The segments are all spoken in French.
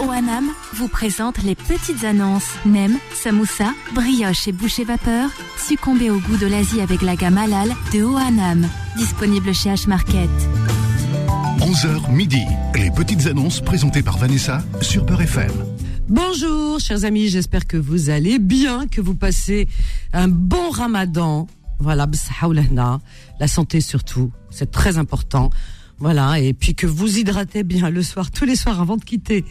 OANAM vous présente les petites annonces. Nem, samoussa, brioche et boucher vapeur. Succombez au goût de l'Asie avec la gamme halal de OANAM. Disponible chez H-Market. 11h midi, les petites annonces présentées par Vanessa sur Peur FM. Bonjour chers amis, j'espère que vous allez bien, que vous passez un bon ramadan. Voilà, b'saha ou lehna. la santé surtout, c'est très important. Voilà, et puis que vous hydratez bien le soir, tous les soirs avant de quitter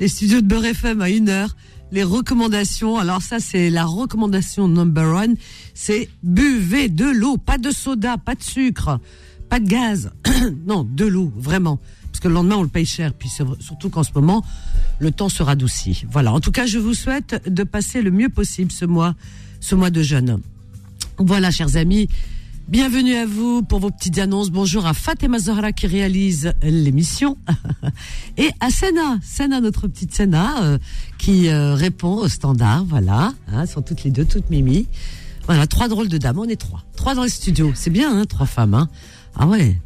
les studios de Beurre FM à 1h. Les recommandations, alors ça c'est la recommandation number one, c'est buvez de l'eau, pas de soda, pas de sucre, pas de gaz, non, de l'eau, vraiment. Parce que le lendemain on le paye cher, puis c'est vrai- surtout qu'en ce moment, le temps se radoucit. Voilà, en tout cas je vous souhaite de passer le mieux possible ce mois, ce mois de jeûne. Voilà, chers amis, bienvenue à vous pour vos petites annonces. Bonjour à Fatima Zahra qui réalise l'émission et à Sena, Sena, notre petite Sena, euh, qui euh, répond aux standards. Voilà, hein, elles sont toutes les deux, toutes Mimi. Voilà, trois drôles de dames, on est trois. Trois dans le studio, c'est bien, hein, trois femmes. hein. Ah ouais,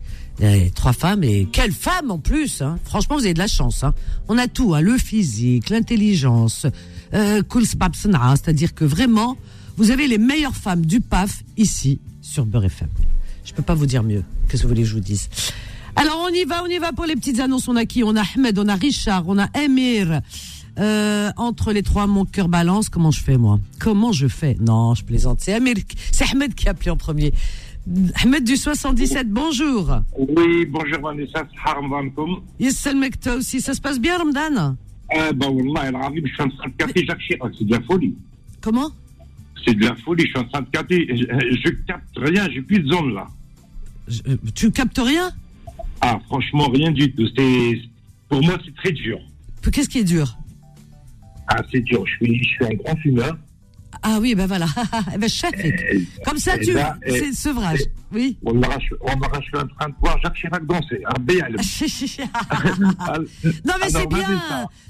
eh, trois femmes et quelle femme en plus hein. Franchement, vous avez de la chance. hein. On a tout, hein, le physique, l'intelligence, euh, Koulsbab Sana, c'est-à-dire que vraiment, vous avez les meilleures femmes du PAF ici sur Beurre FM. Je peux pas vous dire mieux. Qu'est-ce que vous voulez que je vous dise Alors on y va, on y va pour les petites annonces. On a qui On a Ahmed, on a Richard, on a Emir. Euh, entre les trois, mon cœur balance. Comment je fais moi Comment je fais Non, je plaisante. C'est Amir, c'est Ahmed qui a appelé en premier. Ahmed du 77, bonjour. Oui, bonjour Vanessa, صحة رمضانكم. يسلمك انت aussi. ça se passe bien رمضان Ah bah والله العظيم je suis en train de capter Jacques Chirac, c'est de la folie. Comment C'est de la folie, je suis en train de capter. Je, je capte rien, j'ai plus de zone là. Je- euh, Tu captes rien Ah franchement rien du tout. C'est pour moi c'est très dur. Qu'est-ce qui est dur Ah c'est dur. Je suis, je suis un grand fumeur. Ah oui, ben voilà. Eh ben, chef, comme ça, eh tu. ben, eh, c'est sevrage. Oui. Wallah, je- wallah, je suis en train de voir Jacques Chirac danser. Ah bien. le- Ah, non, mais ah, c'est non, vas-y, bien.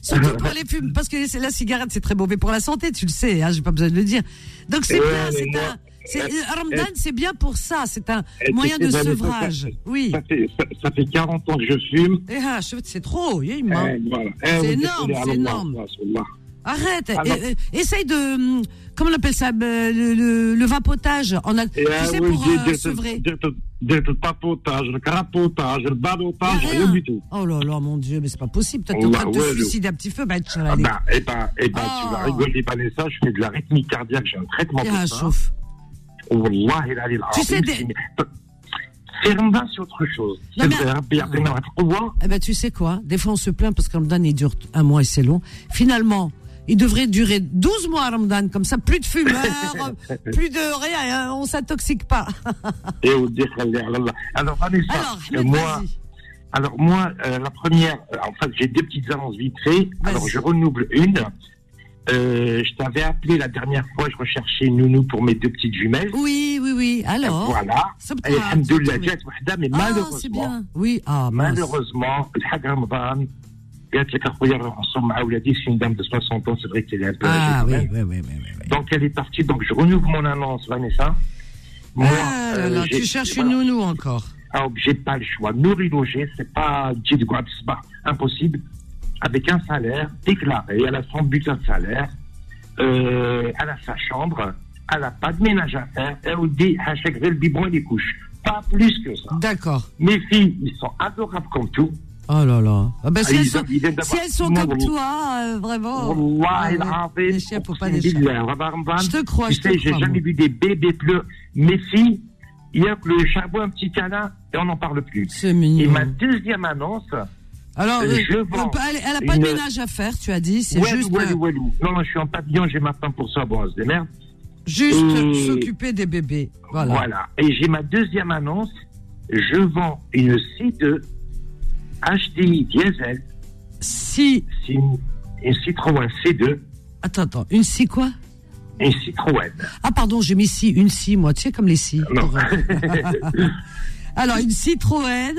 ça. Surtout pour les fumes. Parce que c'est- la cigarette, c'est très mauvais pour la santé, tu le sais. Hein, J'ai pas besoin de le dire. Donc c'est Ouais, bien. mais C'est moi- un. c'est- Eh, euh, Ramadan, c'est bien pour ça. C'est un eh, moyen c'est- de c'est- c'est- sevrage. Oui. Ça fait, ça, ça fait 40 ans que je fume. Eh, ah, je- c'est trop. il Eh, m'a- voilà. Eh, C'est oui, énorme, désolé, c'est Allah, énorme. Allah, Allah. Arrête, Ah et- non. et- essaye de hum, comment on appelle ça, euh, le, le- le vapotage. En a, Eh, tu sais oui, pour j'ai- euh, j'ai- sevrer. j'ai- j'ai- j'ai le papotage, le crapotage, le balotage, Ah, rien rien. du tout. Oh là là, mon Dieu, mais c'est pas possible. Toi, t'es en Wallah, train de te ouais, le- suicider à petit feu, bah, tu vas Ah aller. ben, eh ben, eh ben, Oh. tu vas rigoler, Vanessa, je fais de la rythmique cardiaque, j'ai un traitement Eh, pour ah, ça. chauffe. Wallahi, là, il a- Tu sais, il- des- il- C'est Ramadan, c'est autre chose. Non, C'est mais- vrai, Rabbi Yaqin al-Qawwa. Eh ben, tu sais quoi Des fois, on se plaint parce que Ramadan, il dure un mois et c'est long. Finalement, il devrait durer 12 mois, Ramadan, comme ça, plus de fumeurs, plus de rien, hein, on s'intoxique pas. Et au dire, Allah, Allah. Alors, Vanessa, Alors, euh, Ahmed, moi, vas-y. alors, moi, euh, la première, euh, en fait, j'ai deux petites annonces vitrées. Alors, je renouvelle une. Euh, je t'avais appelé la dernière fois, je recherchais une nounou pour mes deux petites jumelles. Oui, oui, oui. Alors, Voilà. ça me Et tente. Alhamdoulilah, جات وحده mais Ah, c'est malheureusement bien. Oui, ah, mince. malheureusement الحاج رمضان قالت لك اخويا روح نصوم مع ولادي c'est une dame de 60 ans c'est vrai qu'elle est un peu âgée Ah, Euh, quand oui, même. oui, oui, oui, oui, oui. donc elle est partie donc je renouvelle mon annonce Vanessa moi ah là euh, là, j'ai- tu cherches voilà. une nounou encore. Ah, j'ai pas le choix nourrir loger c'est pas dit de quoi, c'est pas impossible avec un salaire déclaré elle a son butin de salaire euh, elle a sa chambre elle a pas de ménage à faire elle vous dit hachek le biberon et les couches pas plus que ça D'accord. Mes filles, ils sont adorables comme tout. Oh là là. Ah bah, si, Ah, elles ils sont, ont- ils viennent d'avoir si elles sont tout le comme monde. toi, euh, vraiment. Wallahi Ah ouais. l'azim, Des chiens pour pas Ousmane des chiens. Billah, Rabba Ramban. Je te crois, hein, Tu je te sais, j'ai crois, jamais moi. vu des bébés pleurs. Mes filles, il y a que le charbon, un petit câlin, et on n'en parle plus. C'est Et ma mignon. deuxième annonce, Alors, euh, euh, je vends elle, elle a pas de une- ménage à faire, tu as dit. C'est Walou, juste, Walou, euh, Walou. Non, non, je suis en pavillon, j'ai ma femme pour ça, bon, on se démerde. juste Et- s'occuper des bébés. Voilà. Voilà. Et j'ai ma deuxième annonce, je vends une C2 HDI diesel, Si, c'est une, une Citroën C2, attends, attends, une si quoi une Citroën. Ah pardon, j'ai mis si, une si, moi, tu sais, comme les si. Non. Pour, euh, Alors, une Citroën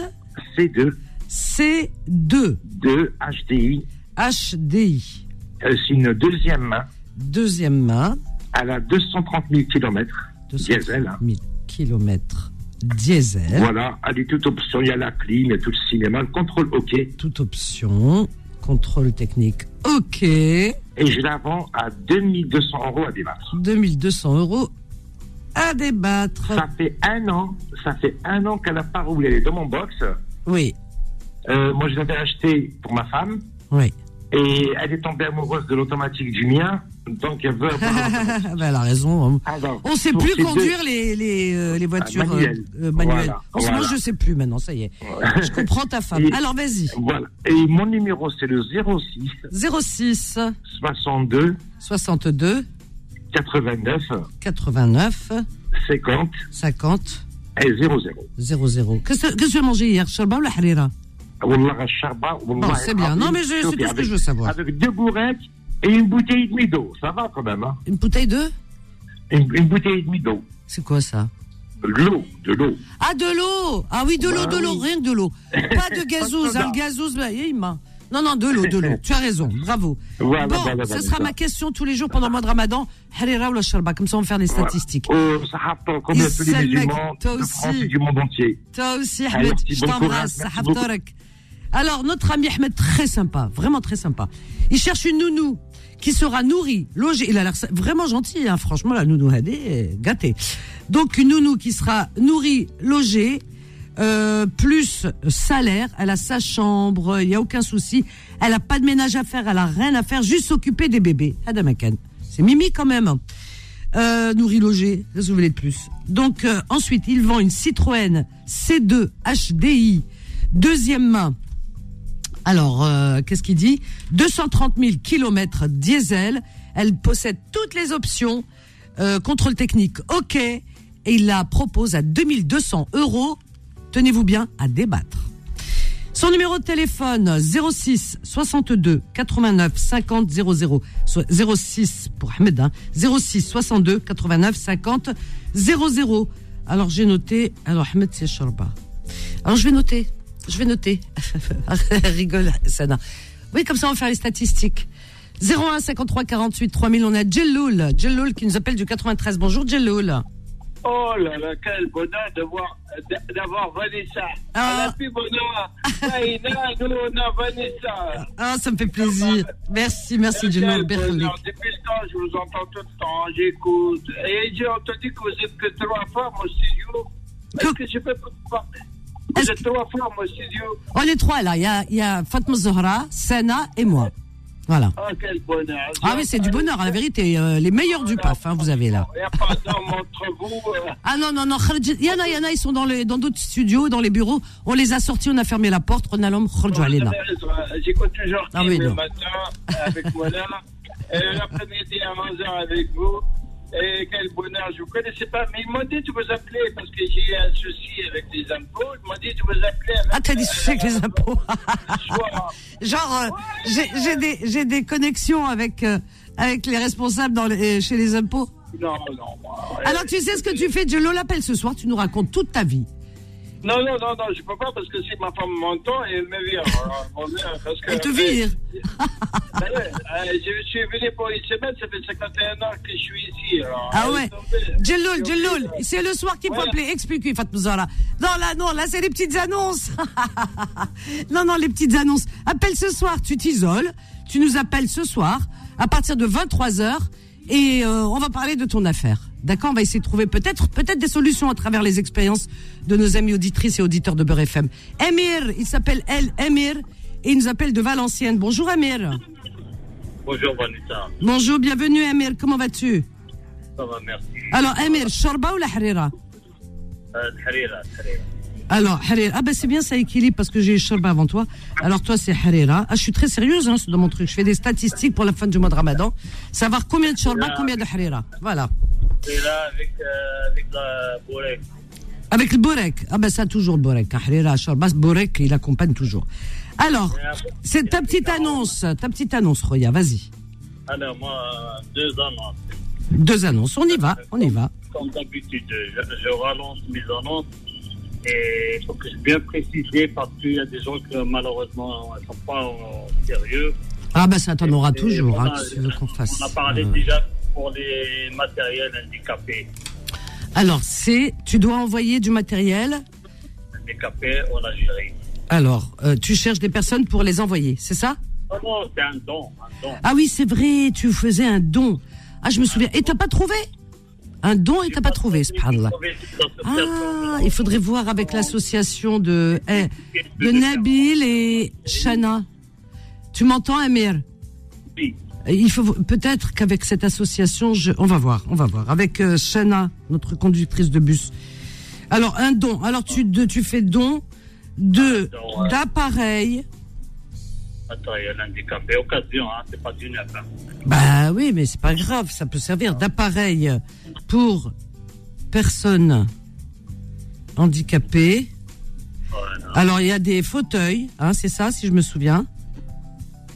C2 C2 de HDI. HDI. Euh, C'est une deuxième main. Deuxième main, Elle a 230 000 km. 200 Diesel, hein. 000 km diesel. Voilà, elle est toute option. Il y a la clim, il y a tout le cinéma, le contrôle OK. toute option. Contrôle technique. Ok. Et je la vends à 2200 euros à débattre. 2200 euros à débattre. Ça fait un an, ça fait un an qu'elle n'a pas roulé. Elle est dans mon box. Oui, Euh, moi, je l'avais achetée pour ma femme. oui. Et elle est tombée amoureuse de l'automatique du mien. Donc, elle veut avoir l'automatique. Ah, bah, elle a raison. Alors, On sait pour plus ces deux- conduire les, les, euh, les voitures euh, manuelles. euh, manuelles. Ah, Voilà, Parce que Moi, voilà. je sais plus maintenant, ça y est. Je comprends ta femme. Et- Alors, vas-y. Voilà. Et mon numéro, c'est le 06 06 62 62 89 89 50 50 et 00. 00. Qu'est-ce que qu'est-ce que tu as mangé hier Sharba ou la harira Wallah, al-Sharba, wallah, Bon, Oh, c'est bien. Non, mais je- c'est Ok, tout ce que avec- je veux savoir. Avec deux bourrettes et une bouteille et demie d'eau. Ça va quand même, hein Une bouteille de une, une bouteille et demie d'eau. C'est quoi ça De l'eau, de l'eau. Ah, de l'eau Ah oui, de l'eau, Bah de l'eau, oui. rien que de l'eau. Pas de gazouze, soda. hein, le gazouze, bah, il m'a. Non, non, de l'eau, de l'eau. Tu as raison, bravo. Voilà, bon, voilà, ce voilà, sera ça. ma question tous les jours pendant le mois de ramadan. Harira ou la sharba Comme ça, on va faire les statistiques. Voilà. Oh, Sahab, comme Et tous les Salmec, musulmans toi de France aussi. et du monde entier. Toi aussi, Alors, Ahmed, petit je bon t'embrasse. courage, merci Sahab beaucoup. Torek. Alors, notre ami Ahmed, très sympa, vraiment très sympa. Il cherche une nounou qui sera nourrie, logée. Il a l'air vraiment gentil, hein, franchement, la nounou Hadé est gâtée. Donc, une nounou qui sera nourrie, logée, euh, plus salaire. Elle a sa chambre, il n'y a aucun souci. Elle n'a pas de ménage à faire, elle a rien à faire, juste s'occuper des bébés. Adam Akan. C'est mimi quand même euh, nourri logé, qu'est-ce que vous voulez de plus Donc euh, ensuite, il vend une Citroën C2 HDI, deuxième main. Alors, euh, qu'est-ce qu'il dit 230 000 km diesel. Elle possède toutes les options. Euh, contrôle technique, ok. Et il la propose à 2200 euros. Tenez-vous bien à débattre. Son numéro de téléphone 06 62 89 50 00 soit 06 pour Ahmed hein, 06 62 89 50 00. Alors j'ai noté alors Ahmed c'est Sharba. Alors je vais noter, je vais noter. Rigole Sana. Oui, comme ça on va faire les statistiques. 01 53 48 3000 on a Jelloul, Jelloul qui nous appelle du 93. Bonjour Jelloul. Oh là là, quel bonheur de voir- d'a- d'avoir Vanessa. Ah. Elle a plus bonheur. Saïda, nous, on a Vanessa. Ah, ça me fait plaisir. Merci, merci Quel Jelloul. bonheur. Depuis le temps, je vous entends tout le temps, j'écoute. Et j'ai entendu que vous êtes que trois femmes au studio. Est-ce que je peux vous parler Est-ce Vous êtes trois femmes au studio. On est trois là. Il y a, il y a Fatma Zahra, Sana et moi. Voilà. Ah, quel bonheur. Ah oui, c'est du bonheur, la vérité. euh, les meilleurs du PAF, hein, vous avez là. Il n'y a pas d'homme entre vous. euh, Ah non, non, non. Kharj- Il y en a, il y en a, ils sont dans les- dans d'autres studios, dans les bureaux. On les a sortis, on a fermé la porte. On a l'homme Kharjou Vous avez Alena. raison. hein. J'écoute toujours Ah Kim oui, le non. matin avec moi là. Et l'après-midi à 11h avec vous. Et quel bonheur, je vous connaissais pas, mais ils m'ont dit de vous appeler parce que j'ai un souci avec les impôts. Ils m'ont dit de vous appeler. avec- Ah, t'as des soucis avec les impôts. Soir. Genre, euh, j'ai- j'ai des, j'ai des connexions avec, euh, avec les responsables dans les- euh, chez les impôts. Non, non, moi, euh, Alors, tu sais ce que tu fais Jello l'appelle ce soir, tu nous racontes toute ta vie. non, non, non, non, je peux pas parce que si ma femme m'entend, elle me vire. Alors, bon, euh, parce que, Elle te vire. Euh, euh, je suis venu pour une semaine, ça fait 51 ans que je suis ici. alors, Ah elle ouais. est tombée. Jelloul, Jelloul, c'est le soir qu'il faut Voilà. appeler. Explique-lui, Fatma Zahra. Non, là, non, là, c'est les petites annonces. non, non, les petites annonces. Appelle ce soir, tu t'isoles, tu nous appelles ce soir, à partir de 23h, et euh, on va parler de ton affaire. D'accord On va essayer de trouver peut-être peut-être des solutions à travers les expériences de nos amis auditrices et auditeurs de Beurre FM. Emir, il s'appelle El Emir, et il nous appelle de Valenciennes. Bonjour, Emir. Bonjour Vanessa, Bonjour, bienvenue, Emir. Comment vas-tu ça va, merci. Alors, Emir, Shorba ou la Harira Euh, Harira, Harira. Alors, Harira. Ah, ben c'est bien, ça équilibre parce que j'ai Sherba avant toi. Alors, toi, c'est Harira. Ah, je suis très sérieuse hein, dans mon truc. Je fais des statistiques pour la fin du mois de ramadan. Savoir combien de Sherba, combien de Harira. Voilà. C'est là avec, euh, avec la bourrée. Avec le Borek. Ah, ben ça, toujours le Borek. hein, Harira, Sherba, ce Borek, il accompagne toujours. Alors, c'est ta petite annonce. Ta petite annonce, Roya. Vas-y. Alors moi, euh, deux annonces. Deux annonces. On y va. On y va. Comme d'habitude, je, je relance mes annonces. Et il faut que je bien préciser parce qu'il y a des gens qui malheureusement ne sont pas euh, sérieux. Ah, ben ça, t'en auras Et toujours. on Hein, a- qu'est-ce que tu veux qu'on fasse On a parlé Euh, déjà pour les matériels handicapés. Euh, Alors, c'est. Tu dois envoyer du matériel. Handicapés en Algérie. Alors, euh, tu cherches des personnes pour les envoyer, c'est ça Non, non, c'est un don, un don. Ah oui, c'est vrai, tu faisais un don. Ah, je me souviens. Et t'as pas trouvé Un don et t'as pas trouvé, subhanallah. Ah, il faudrait voir avec l'association de, eh, de Nabil et Shana. Tu m'entends, Amir Oui. Il faut peut-être qu'avec cette association, je- on va voir, on va voir. Avec euh, Shana, notre conductrice de bus. Alors un don. Alors tu de- tu fais don de don, ouais. d'appareils. Attends, il y a l'handicapé. Occasion, hein, c'est pas du neuf. hein. Bah oui, mais c'est pas grave, ça peut servir d'appareil pour personnes handicapées. Voilà. Alors il y a des fauteuils, hein, c'est ça, si je me souviens.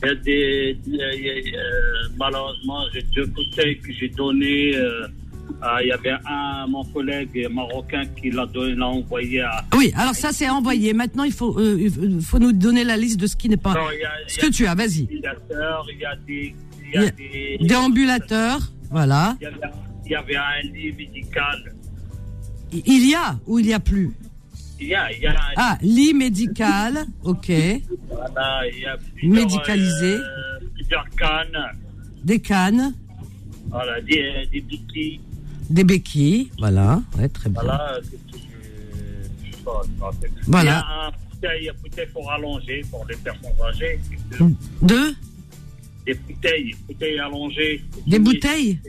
Il y a des. il y a- il y a- euh, malheureusement, j'ai deux fauteuils que j'ai donnés. euh, à- il y avait un, mon collègue marocain qui l'a donné, l'a envoyé à. Ah Oui, alors ça c'est envoyé. Maintenant il faut euh, il faut nous donner la liste de ce qui n'est pas Non, il y a- il ce y a que tu as. Vas-y. des ordinateurs, il y a des. Il y Il y a Ah. a des. Déambulateur, voilà. Il y avait- il y avait un lit médical. Il y a ou il y a plus Il y a, il y a un Ah, lit médical, ok. Voilà, il y a plusieurs, Médicalisé. euh, plusieurs cannes, Des cannes, voilà, des, des béquilles, des béquilles, voilà. Ouais, très bien. voilà. que tu- je sais pas, je me rappelle. Voilà. Il y a un fauteuil, il y a un fauteuil pour allonger, pour les personnes âgées. c'est que Deux, Des bouteilles, bouteilles allongées. des bouteilles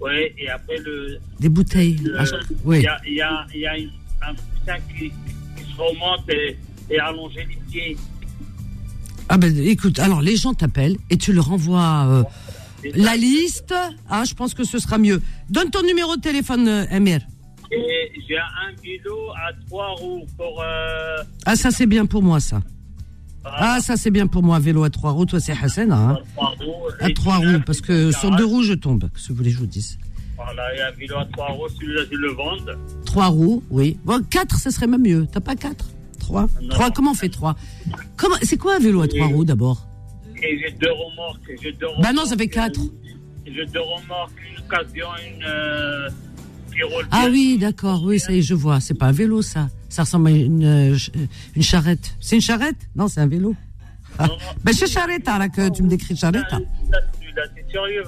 Oui, et après, le, Des bouteilles. le- Ah, je- oui. Euh, il y a, il y a, il y a une- un coussin qui, qui se remonte et, et allonger les pieds. Ah ben écoute, alors les gens t'appellent et tu leur envoies euh, la liste. Ah, je pense que ce sera mieux. Donne ton numéro de téléphone, euh, Amir. Et j'ai un vélo à trois roues pour. euh, Ah, ça c'est bien pour moi, ça. Ah, ça c'est bien pour moi, vélo à trois roues. Toi, c'est Hassan, hein À trois roues, parce que sur deux roues, je tombe. Qu'est-ce que vous voulez que je vous dise Voilà, il y a un vélo à trois roues, celui-là, je le vends. Trois roues, oui. Bon, quatre, ça serait même mieux. T'as pas quatre Trois Non. Euh, Trois, comment on fait trois Comment C'est quoi un vélo à trois roues d'abord Et j'ai deux remorques. J'ai deux Bah non, remorques, ça fait quatre. euh, J'ai deux remorques, une occasion, une euh, qui roule Ah bien. oui, d'accord, oui, ça y est, je vois. C'est pas un vélo, ça. Ça ressemble à une, euh, ch- euh, une charrette. C'est une charrette Non, c'est un vélo. Ah. Non, non. Ben, c'est charrette, hein, là, que tu me décris charrette. hein. Là, celui-là, c'est sérieux,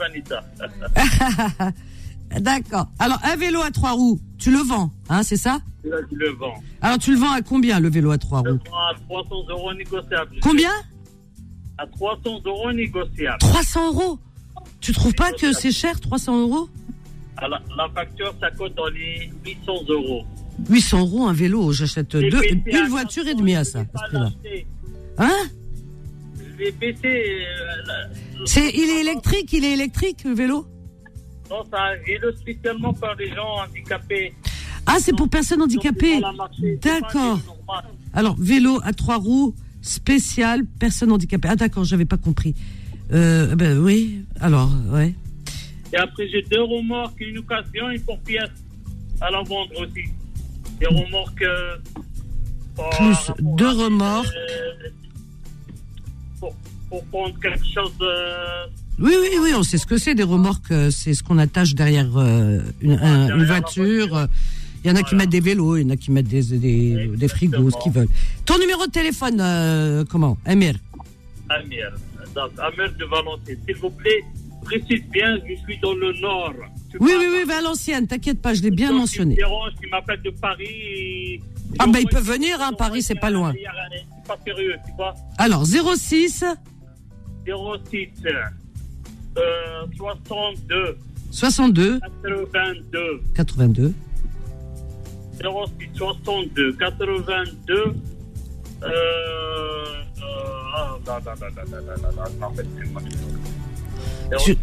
Vanita. D'accord. Alors, un vélo à trois roues, tu le vends, hein, c'est ça Celui-là, je le vends. Alors, tu le vends à combien, le vélo à trois Je le roues vends à 300 euros négociables. Combien À 300 euros négociables. 300 euros Tu trouves pas que c'est cher, 300 euros À Ah, La, la facture, ça coûte dans les 800 euros. 800 euros un vélo, j'achète Les deux, PC à une voiture et demie à ça, 400, à ce je ne prix-là. vais pas l'acheter. Hein Les PC, euh, la- C'est, il est électrique, il est électrique le vélo non, ça est spécialement par les gens handicapés. Ah, c'est pour personnes handicapées. D'accord. Alors, vélo à trois roues spécial personnes handicapées. Ah d'accord, j'avais pas compris. Euh, ben oui, alors ouais. Et après, j'ai deux remorques, une occasion et pour pièce à la vendre aussi. Des remorques. euh, pour- Plus deux remorques. euh, pour, pour prendre quelque chose. euh, Oui oui oui, on sait ce que c'est des remorques, euh, c'est ce qu'on attache derrière euh, une, un- une Derrière la voiture. euh, Il y en a qui Voilà. mettent des vélos, il y en a qui mettent des des, des frigos, ce qu'ils veulent. Ton numéro de téléphone euh, comment Amir Amir. Donc, Amir de Valentine. S'il vous plaît, précise bien, je suis dans le nord. Je Oui parle oui oui, Valenciennes, t'inquiète pas, je l'ai bien Donc, mentionné. ils me dérangent, ils m'appellent de Paris. et- Ah, et ben, ils au moins, peuvent venir, hein, au Paris, moins, c'est il y a- pas loin. il y a- C'est pas sérieux, tu vois. Alors 06 06 euh, 62 62 82 82 06 62 82 euh, euh, ah, là, là, là, là, là, là, là, là, là, en fait, c'est moi. Tu- 06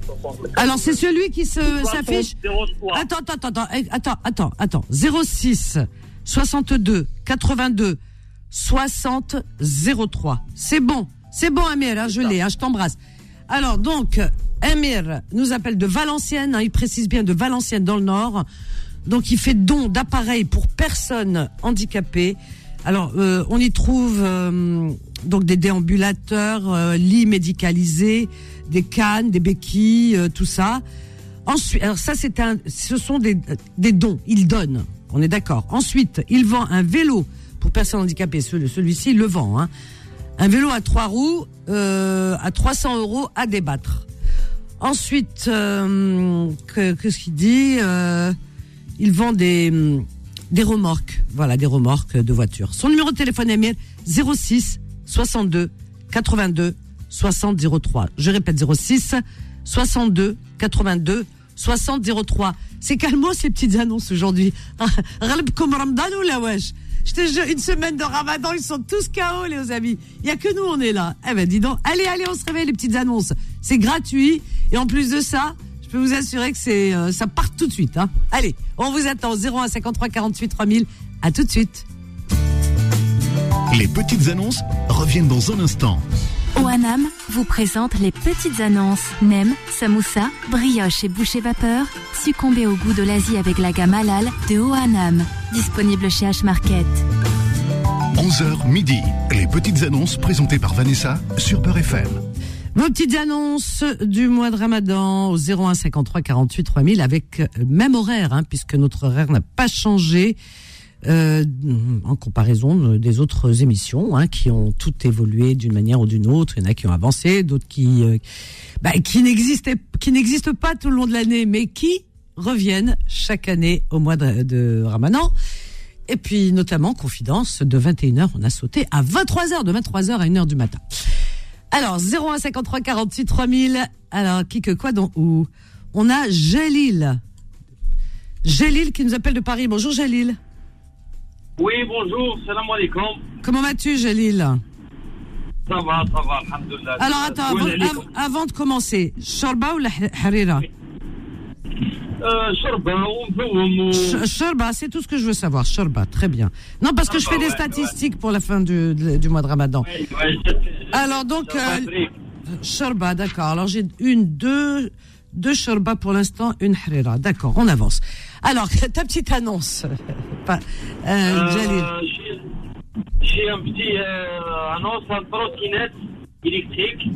Alors Ah c'est celui qui se s'affiche 03. Attends, attends, attends, eh, attends, attends, attends. 06 62 82 60 03. C'est bon, c'est bon, Amir, hein, je l'ai, hein, je t'embrasse. Alors donc, Amir nous appelle de Valenciennes, hein, il précise bien de Valenciennes dans le Nord. Donc il fait don d'appareils pour personnes handicapées. Alors euh, on y trouve euh, donc des déambulateurs, euh, lits médicalisés, des cannes, des béquilles, euh, tout ça. Ensuite, alors ça, c'est un, ce sont des, des dons. Il donne. On est d'accord. Ensuite, il vend un vélo pour personnes handicapées. Celui- Celui-ci, il le vend. Hein. Un vélo à trois roues euh, à 300 euros à débattre. Ensuite, euh, que- qu'est-ce qu'il dit Euh, Il vend des, hum, des remorques. Voilà, des remorques de voitures. Son numéro de téléphone est mien, 06 62 82 60 03. Je répète, 06 62 82 60 03. C'est calmo ces petites annonces aujourd'hui. Ralb comme Ramadan ou la wesh je te jure, une semaine de ramadan, ils sont tous KO, les amis. Il n'y a que nous, on est là. Eh ben, dis donc. Allez, allez, on se réveille, les petites annonces. C'est gratuit. Et en plus de ça, je peux vous assurer que c'est, euh, ça part tout de suite. hein. Allez, on vous attend. 01 53 48 3000. À tout de suite. Les petites annonces reviennent dans un instant. OANAM vous présente les petites annonces. Nem, samoussa, brioche et boucher vapeur. Succombez au goût de l'Asie avec la gamme halal de OANAM. Disponible chez H-Market. 11h midi, les petites annonces présentées par Vanessa sur Peur FM. Vos petites annonces du mois de Ramadan au 01 53 48 3000 avec euh, même horaire, hein, puisque notre horaire n'a pas changé euh, en comparaison des autres émissions hein, qui ont toutes évolué d'une manière ou d'une autre. Il y en a qui ont avancé, d'autres qui euh, bah, qui n'existaient, qui n'existent pas tout le long de l'année, mais qui reviennent chaque année au mois de, de Ramadan. Et puis notamment Confidence de 21h, on a sauté à 23h, de 23h à 1h du matin. Alors, 01 53 48 3000. Alors, qui que quoi donc où On a Jalil. Jalil qui nous appelle de Paris. Bonjour Jalil. Oui, bonjour, salam alaikum. Comment vas-tu Jalil Ça va, ça va, alhamdoulilah. Alors attends, euh, avant, Ah, Oui, av- avant de commencer, Shorba ou la ha- Harira euh, Shorba, on peut on- Sh- Shorba, c'est tout ce que je veux savoir. Shorba, très bien. Non, parce que je fais des Ah, bah ouais, statistiques pour la fin du, de- du mois de Ramadan. Ouais, ouais, je- Alors donc, Shorba, euh, Drake. Shorba, d'accord. Alors j'ai une, deux, deux Shorba pour l'instant, une Harira. D'accord, on avance. Alors, ta petite annonce, pas- euh, Jalil. Euh, j'ai- J'ai un petit euh, annonce, un trottinette électrique.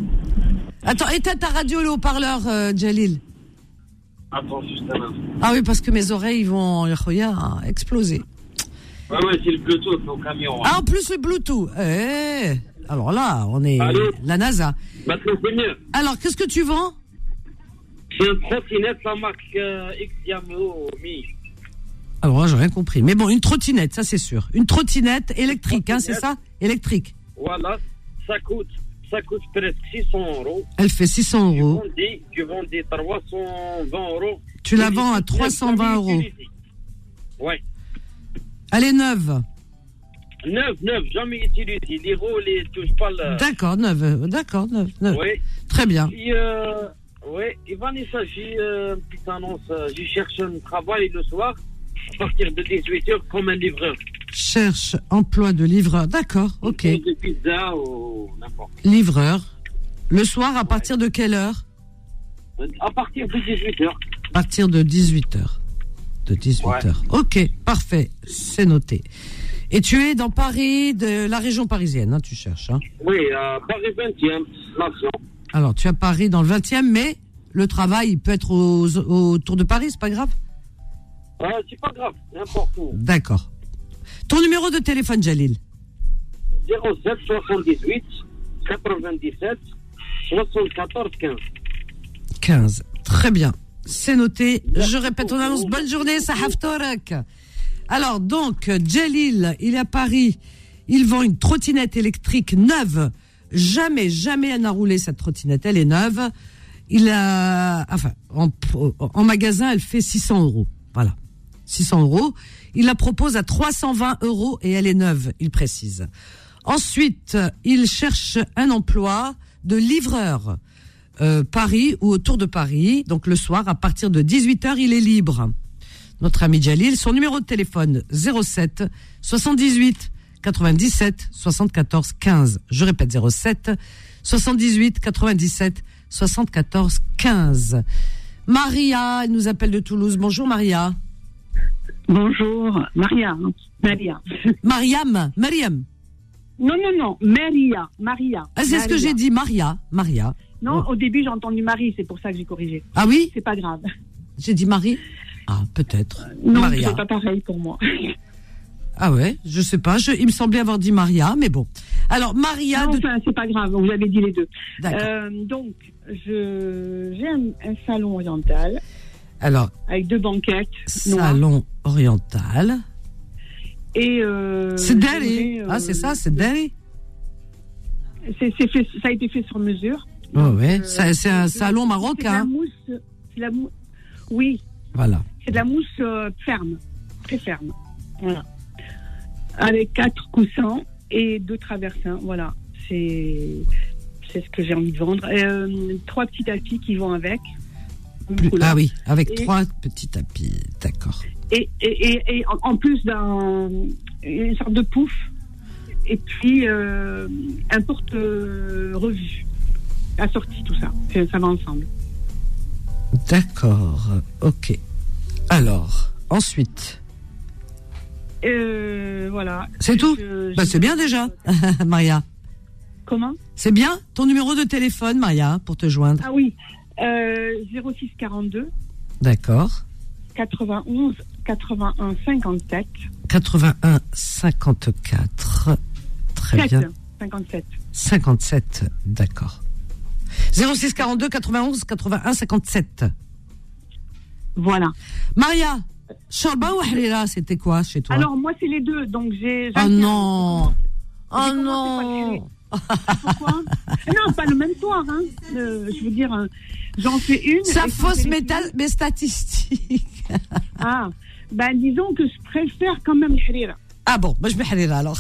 Attends, éteins ta radio, le haut-parleur, euh, Jalil. Attends, juste un instant. Ah oui, parce que mes oreilles vont ya khoya, exploser. Ouais, ouais, c'est le Bluetooth au camion. hein. Ah, en plus, le Bluetooth. Eh, alors là, on est Allô la NASA. Maintenant, c'est mieux. Alors, qu'est-ce que tu vends J'ai un trottinette, la marque euh, Xiamio Mi. Alors là, j'ai rien compris. Mais bon, une trottinette, ça c'est sûr. Une trottinette électrique, hein, c'est ça Électrique. Voilà, ça coûte, ça coûte presque 600 euros. Elle fait 600 Tu euros. vendis, tu vendis 320 euros. Tu la vends à 320 euros. Ouais. Elle est neuve. Neuf, neuf, jamais utilisé. Les roues, les touchent pas le. D'accord, neuve. euh, D'accord, neuve. neuve. Ouais. Très bien. Puis, euh, ouais, et Vanessa, j'ai euh, une petite annonce. euh, Je cherche un travail le soir, à partir de 18h, comme un livreur. Cherche emploi de livreur. D'accord, ok. Ou De pizza ou n'importe. Livreur. Le soir, à partir de quelle heure À partir de 18h. à partir de 18h. De 18h. Ouais. Ok, parfait, c'est noté. Et tu es dans Paris, de la région parisienne, hein, tu cherches. hein. Oui, à Paris 20e, l'action. Alors, tu es à Paris dans le 20e, mais le travail, il peut être aux- autour de Paris, c'est pas grave Ah, c'est pas grave, n'importe où. D'accord. Ton numéro de téléphone, Jalil 07 78 97 74 15. 15. Très bien. C'est noté. Je répète, on annonce bonne journée, Sahaf Torak. Alors, donc, Jalil, il est à Paris. Il vend une trottinette électrique neuve. Jamais, jamais elle n'a roulé cette trottinette. Elle est neuve. Il a, enfin, en, en magasin, elle fait 600 euros. Voilà. 600 euros. Il la propose à 320 euros et elle est neuve, il précise. Ensuite, il cherche un emploi de livreur. Euh, Paris ou autour de Paris. Donc le soir, à partir de 18h, il est libre. Notre ami Jalil, son numéro de téléphone 07 78 97 74 15. Je répète 07 78 97 74 15. Maria, elle nous appelle de Toulouse. Bonjour Maria. Bonjour, Maria. Maria. Mariam, Mariam. Non, non, non, Maria. Maria. Ah, c'est ce que j'ai dit, Maria. Maria, Maria. Non, au début, j'ai entendu Marie, c'est pour ça que j'ai corrigé. Ah oui, C'est pas grave. j'ai dit Marie. Ah, peut-être. Euh, Non, Maria. c'est pas pareil pour moi. Ah ouais, je sais pas. Je, il me semblait avoir dit Maria, mais bon. Alors Maria, Non, de- enfin, c'est pas grave, vous avez dit les deux. d'accord. Euh, donc, je, j'ai un, un salon oriental Alors avec deux banquettes noires. salon oriental. Et, euh, C'est Derry. j'aimerais, euh, Ah c'est ça, c'est Derry. c'est- c'est fait- ça a été fait sur mesure. Ouais, Ah ouais. Euh, Eh, Ça- c'est un c'est- salon C'est de la marocain. mousse. c'est de la mou- oui, Voilà. c'est de la mousse euh, ferme, très ferme. Voilà. Avec quatre coussins et deux traversins. Voilà. C'est c'est ce que j'ai envie de vendre. Euh, trois petits tapis qui vont avec. Plus- Couleur. ah oui, avec Et- trois petits tapis. D'accord. et, et, et, et en, en plus d'un une sorte de pouf et puis euh, un porte euh, revue assorti tout ça C'est- ça va ensemble D'accord. Ok. Alors ensuite, euh, voilà c'est tout. Je- Bah, je- c'est bien déjà, Maria. comment C'est bien ton numéro de téléphone, Maria, pour te joindre. ah oui euh, 06 42 D'accord. 91 81 57 81 54. Très bien. 7, 57 57, d'accord. 06 42 91 81 57. voilà Maria, Shorba ou Ahlila, c'était quoi chez toi alors moi c'est les deux donc j'ai Oh j'alterne. non Oh J'ai commencé par tirer. non Pourquoi Non, pas le même soir. Hein. Euh, je veux dire, euh, j'en fais une. Ça et quand fausse elle est mes, finie- tal- mes statistiques. Ah, ben disons que je préfère quand même Harira. Ah bon, bah je vais Ahlila alors.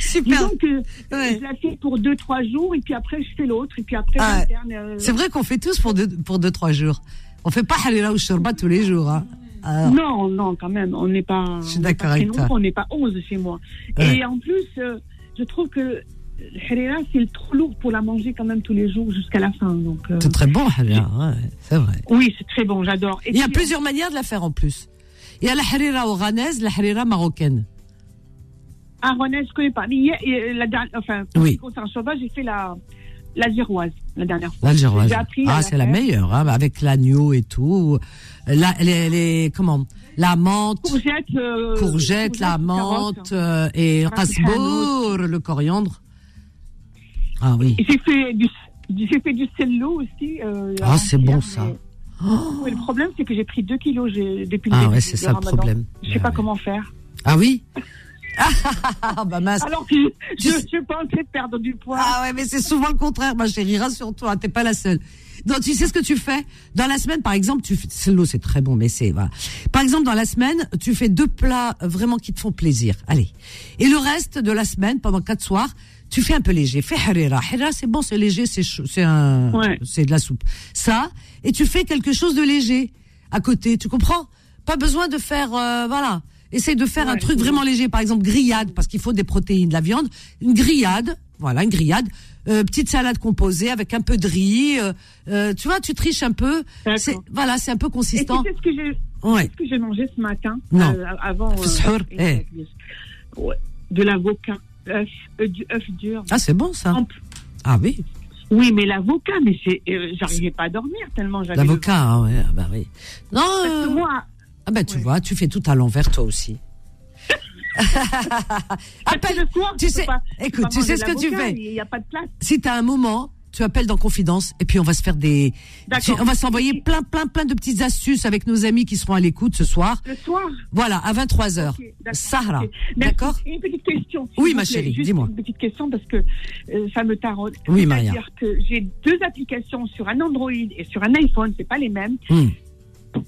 Super. Disons que Ouais. Ah, euh, je la fais pour 2-3 jours et puis après je fais l'autre et puis après Ah, j'alterne. euh, C'est vrai qu'on fait tous pour 2-3 pour deux, trois jours. On fait pas Ahlila ou Shorba tous les jours. Hein. Alors, Non, non, quand même, on n'est pas. Je suis on n'est d'accord pas avec très toi. nombreux, On n'est pas 11 chez moi. Ouais. Et en plus, euh, je trouve que le Harira, c'est trop lourd pour la manger quand même tous les jours jusqu'à la fin. Donc, euh, C'est très bon Ahlila, ouais, c'est vrai. oui, c'est très bon, j'adore. Et Il y a puis, plusieurs manières de la faire en plus. Il y a la harira oranaise, la harira marocaine. Ah, Ronan, je connais pas. Mais hier, euh, la dernière, enfin, Oui. au Saint Sauvage, j'ai fait la, la giroise la dernière fois. L'algéroise. J'ai appris à Ah, la c'est la faire. meilleure, hein, avec l'agneau et tout. La, les, les- comment La menthe, Courgette, euh, courgette, la carotte. menthe euh, et Rajoute un rasbour, le coriandre. Ah oui. Et J'ai fait du, du- j'ai fait du cello aussi. euh, Ah, c'est avant-hier, bon, ça. mais- Oh. Oui, le problème, c'est que j'ai pris 2 kilos j'ai- depuis le Ah début ouais, du- c'est du ça le ramadan. problème. Je sais pas Ouais. comment faire. Ah oui Ah bah mince. Alors que je, Tu sais- je pensais perdre du poids. Ah ouais, mais c'est souvent le contraire, ma chérie. Rassure-toi, t'es pas la seule. Donc tu sais ce que tu fais dans la semaine, par exemple, tu fais cello, c'est très bon, mais c'est voilà. Par exemple, dans la semaine, tu fais deux plats euh, vraiment qui te font plaisir. Allez, et le reste de la semaine, pendant quatre soirs, tu fais un peu léger. Fais harira, harira, c'est bon, c'est léger, c'est chaud, c'est un, Ouais. c'est de la soupe. Ça, et tu fais quelque chose de léger à côté. Tu comprends Pas besoin de faire, euh, voilà. Essaye de faire un Ouais. truc vraiment léger, par exemple grillade, parce qu'il faut des protéines, de la viande. Une grillade, voilà, une grillade. Euh, petite salade composée avec un peu de riz. euh, euh, tu vois, tu triches un peu. D'accord. C'est voilà, c'est un peu Et tu consistant. sais ce que j'ai Ouais. ce que j'ai mangé ce matin Non. euh, avant euh, Fshour, eh. Ouais. de l'avocat, œuf, euh, du œuf dur. Ah, c'est bon ça. En plus- Ah oui, Oui, mais l'avocat, mais c'est, euh, j'arrivais pas à dormir tellement j'avais. le- l'avocat. hein, ouais, ah bah oui. Non. Parce euh, que moi, ah bah tu ouais. vois, tu fais tout à l'envers toi aussi. parce que Appelle. le soir, tu je peux sais- Ah, pas- je peux écoute, pas tu sais manger ce que tu l'avocat, fais. Il n'y a pas de place. Si t'as un moment, tu appelles dans confidence et puis on va se faire des. tu- D'accord. on va s'envoyer plein, plein, plein de petites astuces avec nos amis qui seront à l'écoute ce soir. Le soir. Voilà, à 23 heures. ok, d'accord, Sahara. ok. Merci. D'accord. Une petite question. s'il Oui, vous ma plaît, chérie, juste dis-moi. Une petite question parce que euh, ça me taraude. Oui, Maria. C'est-à-dire que j'ai deux applications sur un Android et sur un iPhone, c'est pas les mêmes. Hmm.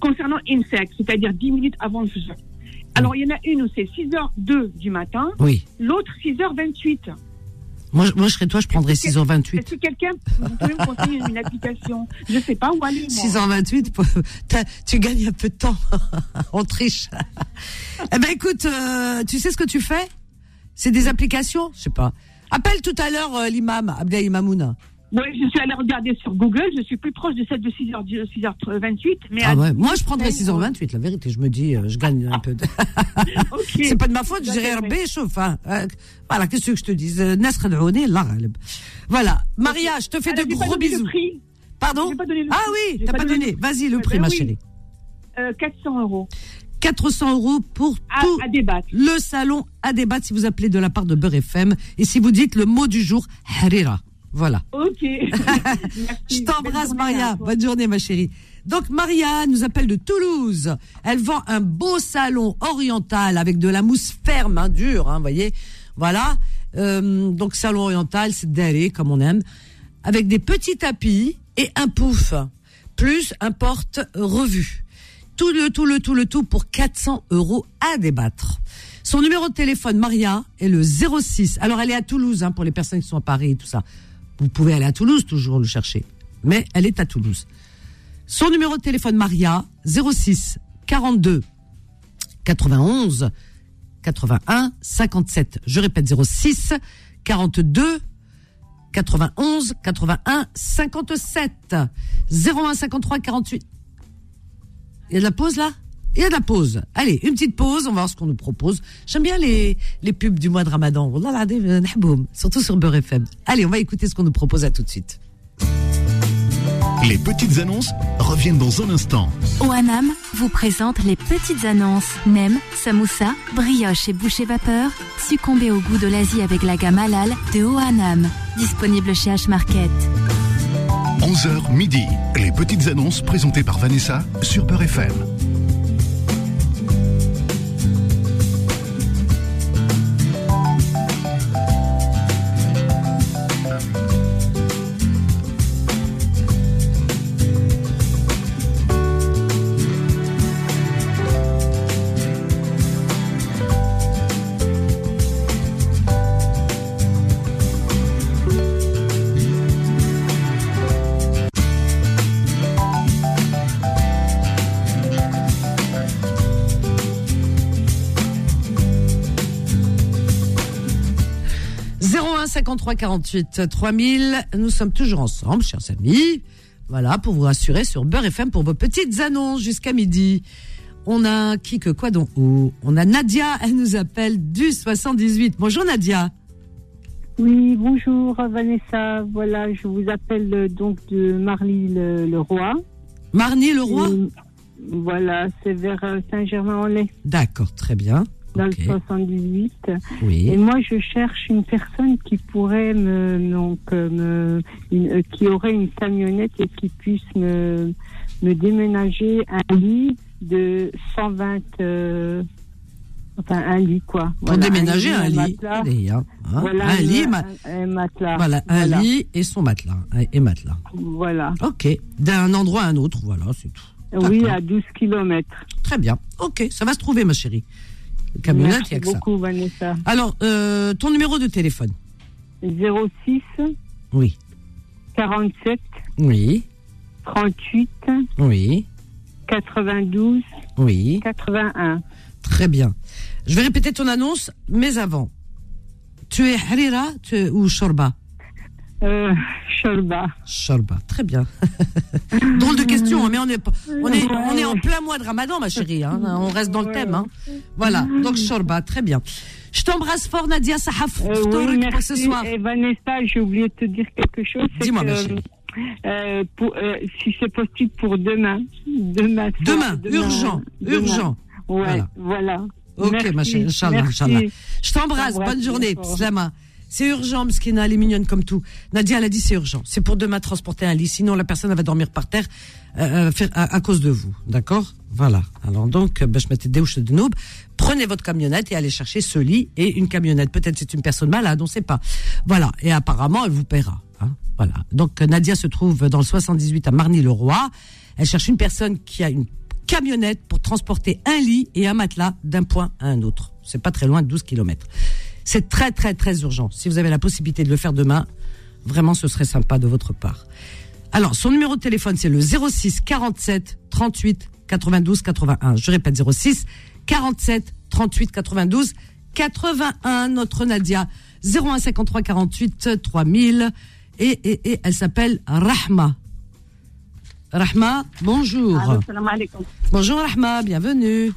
Concernant INSEC, c'est-à-dire 10 minutes avant le jeûne. Alors, il y en a une où c'est 6h02 du matin, Oui. l'autre 6h28. Moi, je- moi, je serais toi, je prendrais Est-ce que- 6h28. Est-ce que quelqu'un vous pouvez me conseiller une application Je sais pas où aller. Moi. 6h28, pour- t'as- tu gagnes un peu de temps. On triche. eh ben écoute, euh, tu sais ce que tu fais C'est des applications Je sais pas. Appelle tout à l'heure euh, l'imam, Abdel Imamouna. Oui, je suis allée regarder sur Google, je suis plus proche de celle de 6h, 6h28, mais Ah à- ouais. Moi, je prendrais Ouais, 6h28, la vérité. Je me dis, euh, je gagne un peu de... ok. C'est pas de ma faute, je dirais D'accord, Rabbi, chauffe, hein. Euh, Voilà, qu'est-ce que je te dis Nasr Allah ghalib. Voilà. Maria, je te fais Alors, de Ah, j'ai pas gros donné le bisous. prix. Pardon J'ai pas donné le Ah prix. oui, J'ai t'as pas donné. le Vas-y, le Eh prix, ben ma oui. chérie. prix. Euh, 400 euros. 400 euros pour À, tout à débattre. le salon à débattre si vous appelez de la part de Beurre FM et si vous dites le mot du jour, harira. Voilà. Ok. Merci. Je t'embrasse, Bonne journée, Maria. hein. Bonne journée, ma chérie. Donc, Maria nous appelle de Toulouse. Elle vend un beau salon oriental avec de la mousse ferme, hein, dure, hein, voyez. Voilà. Euh, donc, salon oriental, c'est d'aller, comme on aime, avec des petits tapis et un pouf, plus un porte-revue. Tout le tout, le tout, le tout pour 400 euros à débattre. Son numéro de téléphone, Maria, est le 06. Alors, elle est à Toulouse, hein, pour les personnes qui sont à Paris et tout ça. Vous pouvez aller à Toulouse toujours le chercher. Mais elle est à Toulouse. Son numéro de téléphone, Maria, 06 42 91 81 57. Je répète, 06 42 91 81 57. 01 53 48. Il y a de la pause là Il y a de la pause. Allez, une petite pause, on va voir ce qu'on nous propose. J'aime bien les, les pubs du mois de Ramadan. Wallah al-azim, euh, nahboum. Surtout sur Beurre FM. Allez, on va écouter ce qu'on nous propose à tout de suite. Les petites annonces reviennent dans un instant. OANAM vous présente les petites annonces. Nem, samoussa, brioche et boucher vapeur. Succombez au goût de l'Asie avec la gamme halal de OANAM. Disponible chez H-Market. 11h midi. Les petites annonces présentées par Vanessa sur Peur FM. « 01 53 48 3000. Nous sommes toujours ensemble, chers amis. Voilà, pour vous rassurer sur Beurre FM pour vos petites annonces jusqu'à midi. On a qui que quoi donc haut On a Nadia, elle nous appelle du 78. Bonjour Nadia. Oui, bonjour Vanessa. Voilà, je vous appelle euh, donc de Marly-le-Roi. Marnie Leroy Voilà, c'est vers euh, Saint-Germain-en-Laye, D'accord, très bien. dans Ok, le 78. Et Oui. moi, je cherche une personne qui pourrait me, donc, euh, me- une- euh, qui aurait une camionnette et qui puisse me, me déménager un lit de 120, euh, enfin un lit quoi. Pour Voilà, déménager un lit. matelas. Allez, hein, hein, Voilà, un lit, ma- un, un matelas. voilà, un Ah, voilà. lit et son matelas. Et matelas. Voilà. Ok. D'un endroit à un autre, voilà, c'est tout. Oui, D'accord. à 12 kilomètres. Très bien. Ok, ça va se trouver, ma chérie. Camionnette, il Merci y a que ça. beaucoup, Vanessa. Alors, euh, ton numéro de téléphone 06 Oui. 47 Oui. 38 Oui. 92 Oui. 81. Très bien. Je vais répéter ton annonce, mais avant. Tu es Harira tu es- ou Shorba Euh, Cholba. Shorba. Très bien. Drôle de question, hein, mais on est, pas- on, est, on est en plein mois de ramadan, ma chérie. hein. On reste dans le thème. hein. Voilà. Donc, Shorba. Très bien. Je t'embrasse fort, Nadia Sahaf. Euh, Ftorik oui, pour merci. ce soir. Et Vanessa, j'ai oublié de te dire quelque chose. c'est Dis-moi, que, ma chérie. euh, pour, euh, si c'est possible pour demain. Demain, soir, Demain, urgent, demain. urgent. Ouais, Voilà. voilà. Ok, Merci, ma chérie, Inch'Allah, merci. Inch'Allah. Je t'embrasse, T'embrasse, bonne journée, d'accord. Slama. C'est urgent, Mskina, elle est mignonne comme tout. Nadia, elle a dit c'est urgent. C'est pour demain transporter un lit, sinon la personne elle va dormir par terre euh, euh, faire- à, à cause de vous. D'accord Voilà. Alors donc, euh, bah, je mettais des houches de noob. Prenez votre camionnette et allez chercher ce lit et une camionnette. Peut-être c'est une personne malade, on ne sait pas. Voilà. Et apparemment, elle vous paiera. hein. Voilà. Donc euh, Nadia se trouve dans le 78 à Marny-le-Roi. Elle cherche une personne qui a une camionnette pour transporter un lit et un matelas d'un point à un autre. C'est pas très loin, 12 km. C'est très très très urgent. Si vous avez la possibilité de le faire demain, vraiment ce serait sympa de votre part. Alors, son numéro de téléphone, c'est le 06 47 38 92 81. Je répète, 06 47 38 92 81. Notre Nadia, 01 53 48 3000. Et, et, et elle s'appelle Rahma. Rahma, bonjour. الو السلام عليكم Bonjour Rahma, bienvenue.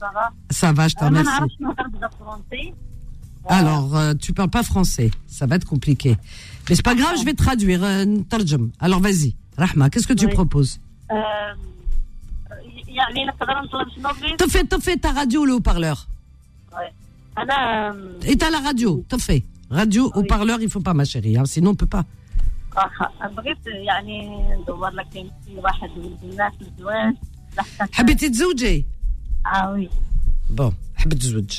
ساره Ça va, je te انا ما remercie. نعرفش نهضر بزاف فرونسي Alors, euh, tu parles pas français, ça va être compliqué. Mais c'est pas grave, je vais traduire. euh, tarjum. Alors vas-y, Rahma, qu'est-ce que tu Oui. proposes آم، ي- هي علينا قدرنا نطلب شنو بليز طفي طفي تاع راديو ولا haut-parleur انا آم، Éteins la radio, طفي Radio ou parleur, il faut pas ma chérie, hein, sinon on peut pas. آخ- آه، بغيت يعني ندور لك كاين شي واحد من الناس الزواج لحتى حبيتي تزوجي اه وي Bon, حبيت تزوج.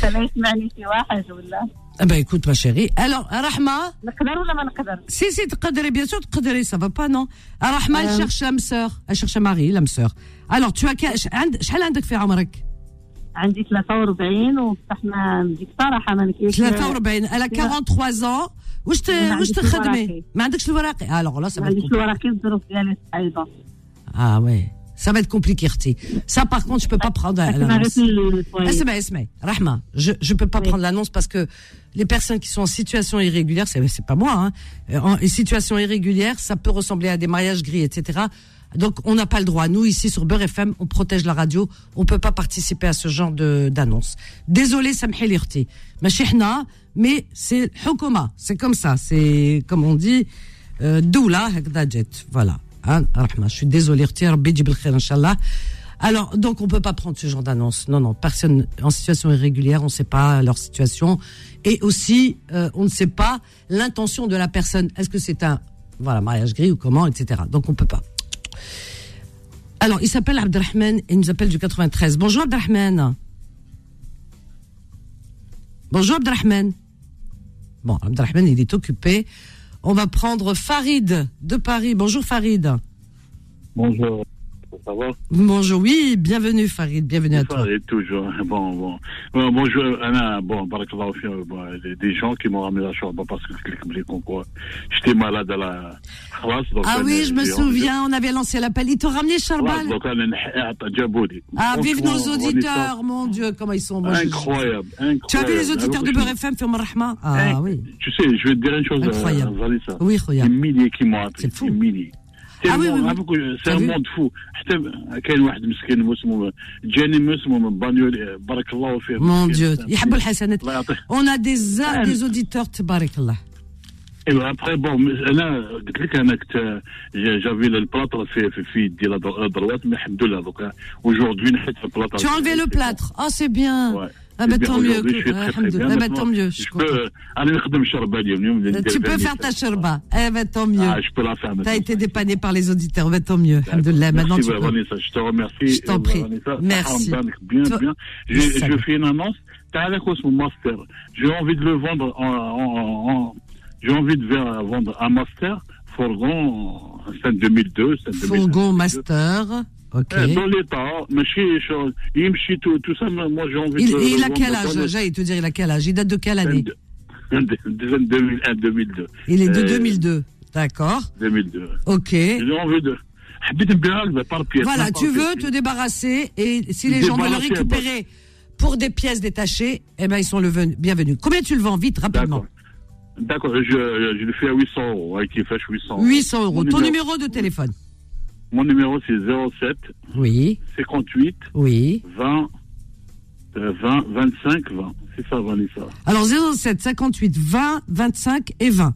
فلا يسمعني شي يعني واحد ولا Ah bah écoute ma chérie. Alors, Rahma, نقدر ولا ما نقدر si si تقدري bien sûr تقدري, ça va pas non Rahma, elle cherche l'âme sœur, elle cherche un mari, l'âme sœur. Alors, tu as quel- عند- شحال عندك في عمرك؟ عندي 43 وبصح ما نجيك صراحه ما نكيش 43 elle a 43 ans. واش ت- ما واش Bah, عنديش تخدمي؟ الوراقي. ما عندكش الوراقي. Alors là, ما ça va être عنديش compliqué. الوراقي الظروف ديالي صعيبه Ah ouais. Ça va être compliqué, Rti. Ça, par contre, je peux pas prendre بس ما عرفت l'annonce. الفوايد. Esmaï, Esmaï, Ah, Rahma, je je peux pas Oui. prendre l'annonce parce que les personnes qui sont en situation irrégulière, c'est c'est pas moi. Hein. Euh, En et situation irrégulière, ça peut ressembler à des mariages gris, etc. Donc on n'a pas le droit. Nous ici sur Beurre FM, on protège la radio. On peut pas participer à ce genre de d'annonce. Désolé, Samhi Lirti. Machihna, mais c'est Hokoma. C'est comme ça. C'est comme on dit. euh, Doula هكذا جات. Voilà. Hein, Rahma, je suis désolée, Rti. Rabbi يجيب الخير, Inch'Allah. Alors, donc, on peut pas prendre ce genre d'annonce. Non, non, personne en situation irrégulière, on ne sait pas leur situation. Et aussi, euh, on ne sait pas l'intention de la personne. Est-ce que c'est un voilà, mariage gris ou comment, etc. Donc, on peut pas. Alors, il s'appelle Abdelrahman et il nous appelle du 93. Bonjour, Abdelrahman. Bonjour, Abdelrahman. Bon, Abdelrahman, il est occupé. On va prendre Farid de Paris. Bonjour, Farid. Bonjour. Ça va Bonjour, oui, bienvenue, Farid. Bienvenue à toi. Ça est toujours. Bon, bon. Bon, bonjour, Anna. Bon, barakallahu fi- bon, il y a des gens qui m'ont ramené la chorba parce que je clique quoi. J'étais malade à la Khalas, donc, Ah euh, oui, je me j'ai- souviens, on avait lancé l'appel. Ils t'ont ramené Khalas, Charbal donc, on est- Djaboudi. Ah, vive Franchement, nos on est auditeurs, mon Dieu, comment ils sont. pas- moi, je- Incroyable, incroyable. Tu as vu les auditeurs de Alors, Beurre je- FM, Firmin Rahma Ah Hein oui. Eh, Tu sais, je vais te dire une chose, Incroyable. euh, Vanessa. Oui, regarde. Des milliers qui m'ont appris. C'est fou. Des milliers. Ah oui, Tellement- oui, oui. عارف كل- C'est T'as un vu monde fou. حتى كاين واحد مسكين اسمه جاني اسمه من بانيول بارك الله فيه Mon مسكين. Dieu. يحبوا الحسنات. الله يعطيه On a des, a- Ouais. des auditeurs, tabarakallah. ايوا ابخي بون انا euh, قلت لك انا كنت euh, جافي البلاطر في في, في يدي لا در- لا دروات مي الحمد لله دوكا اوجوردي نحيت البلاطر Tu as enlevé le plâtre. Ah, c'est bien. Ouais. Ah, ben Eh bien, tant mieux. aujourd'hui, je suis Ah, très, très alhamdoulilah. bien. Ah, ben tant mieux. Je suis Je contente. peux- euh, انا نخدم شربه اليوم اليوم ندير Tu peux فانيلة. faire ta sherba. Eh ben tant mieux. Ah, je peux la faire T'as maintenant. été dépanné par les auditeurs. Ben tant mieux. Alhamdoulilah. Maintenant, Merci, tu peux. Vanessa, je te remercie. euh, Je t'en prie. Vanessa. Merci. Ah, Bien, Toi- bien. Je, Salut. je fais une annonce. Tarek Osmo Master. J'ai envie de le vendre en. en- en- J'ai envie de ver- vendre un Master Fourgon en 2002. c'est un 2002. Fourgon Master. Ok. Euh, Dans l'état, mais chez, chez, il me chie tout, tout ça, mais moi j'ai envie Il, de. le il a vendre quel dans âge le- J'allais te dire, il a quel âge Il date de quelle année 2001, 2002. Il est de Euh, 2002. D'accord. 2002. Ok. J'ai envie de. Ah, Habite Béal, par pièce. Voilà, hein, par tu veux pièce. te débarrasser et si les gens veulent le Débarrasser, récupérer pour des pièces détachées, eh ben ils sont le ven- bienvenus. Combien tu le vends vite, rapidement D'accord. D'accord, je, je le fais à 800 euros, avec les flèches 800 euros. 800 euros. Mon Ton numéro- numéro de téléphone Mon numéro, c'est 07 Oui, 58 oui. 20 euh, 20 25 20. C'est ça, Vanessa. Alors 07 58 20 25 et 20.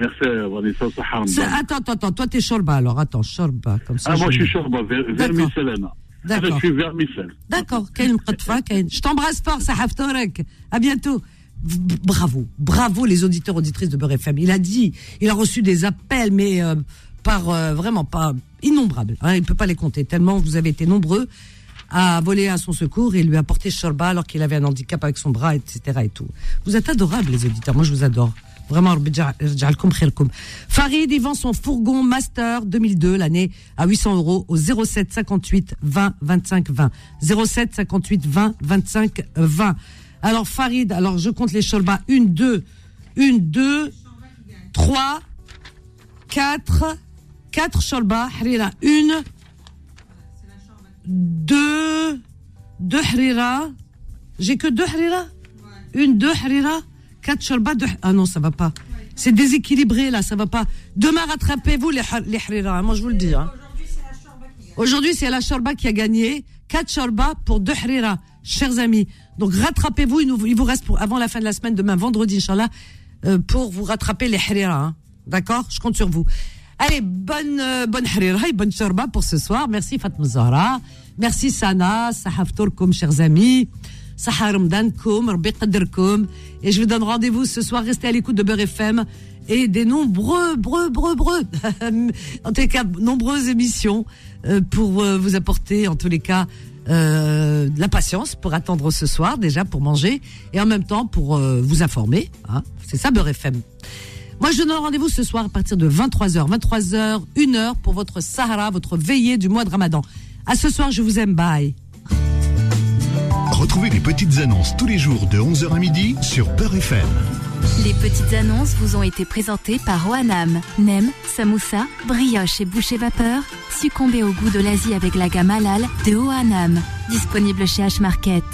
Merci, euh, Vanessa Saharam. C'est- Attends, attends, attends. Toi t'es Shorba alors. Attends, Shorba comme ça. Ah, moi, je- je suis Chorba, vers, vers D'accord. Micelle, Anna. Ah, Je D'accord. suis vers Micelle. D'accord. Kain Mqatfa, Kain. Je t'embrasse fort, Sahaf Torek. À bientôt. B- Bravo, bravo les auditeurs auditrices de Beurre FM. Il a dit, il a reçu des appels, mais euh, par euh, vraiment pas innombrables. hein. il peut pas les compter tellement vous avez été nombreux à voler à son secours et lui apporter Shorba alors qu'il avait un handicap avec son bras, etc. Et tout. Vous êtes adorables les auditeurs. Moi je vous adore. Vraiment, Rabbi Ja'al- Ja'alkoum khirkoum. Farid, il vend son fourgon Master 2002, l'année, à 800 euros au 07 58 20 25 20. 07 58 20 25 20. Alors, Farid, alors je compte les Sholba. 1, 2, 1, 2, 3, 4, 4 Sholba. Harira, 1, 2, 2 Harira. J'ai que 2 Harira une, deux harira, quatre shorba, deux. Ah non, ça va pas. C'est déséquilibré là, ça va pas. Demain, rattrapez-vous les, har- les harira, hein, moi je vous le dis. hein. Aujourd'hui, c'est la shorba qui a gagné. Quatre shorba pour deux harira, chers amis. Donc rattrapez-vous, il, nous- il vous reste pour, avant la fin de la semaine, demain vendredi, Inch'Allah, euh, pour vous rattraper les harira. hein. D'accord Je compte sur vous. Allez, bonne, euh, bonne harira et bonne shorba pour ce soir. Merci Fatma Zahra. Merci Sana. Saha Ftourkoum, chers amis. Saha Ramadankoum, Rabbi Qadirkoum. Et je vous donne rendez-vous ce soir. Restez à l'écoute de Beurre FM et des nombreux, breux, breux, breux, en tous les cas, nombreuses émissions euh, pour euh, vous apporter, en tous les cas, euh, de la patience pour attendre ce soir, déjà pour manger, et en même temps pour euh, vous informer. hein. C'est ça, Beurre FM. Moi, je donne rendez-vous ce soir à partir de 23h. 23h, 1h pour votre Sahara, votre veillée du mois de Ramadan. À ce soir, je vous aime. Bye. Retrouvez les petites annonces tous les jours de 11h à midi sur Peur FM. Les petites annonces vous ont été présentées par Oanam. Nem, samoussa, brioche et boucher vapeur. Succombez au goût de l'Asie avec la gamme halal de Oanam. Disponible chez H-Market.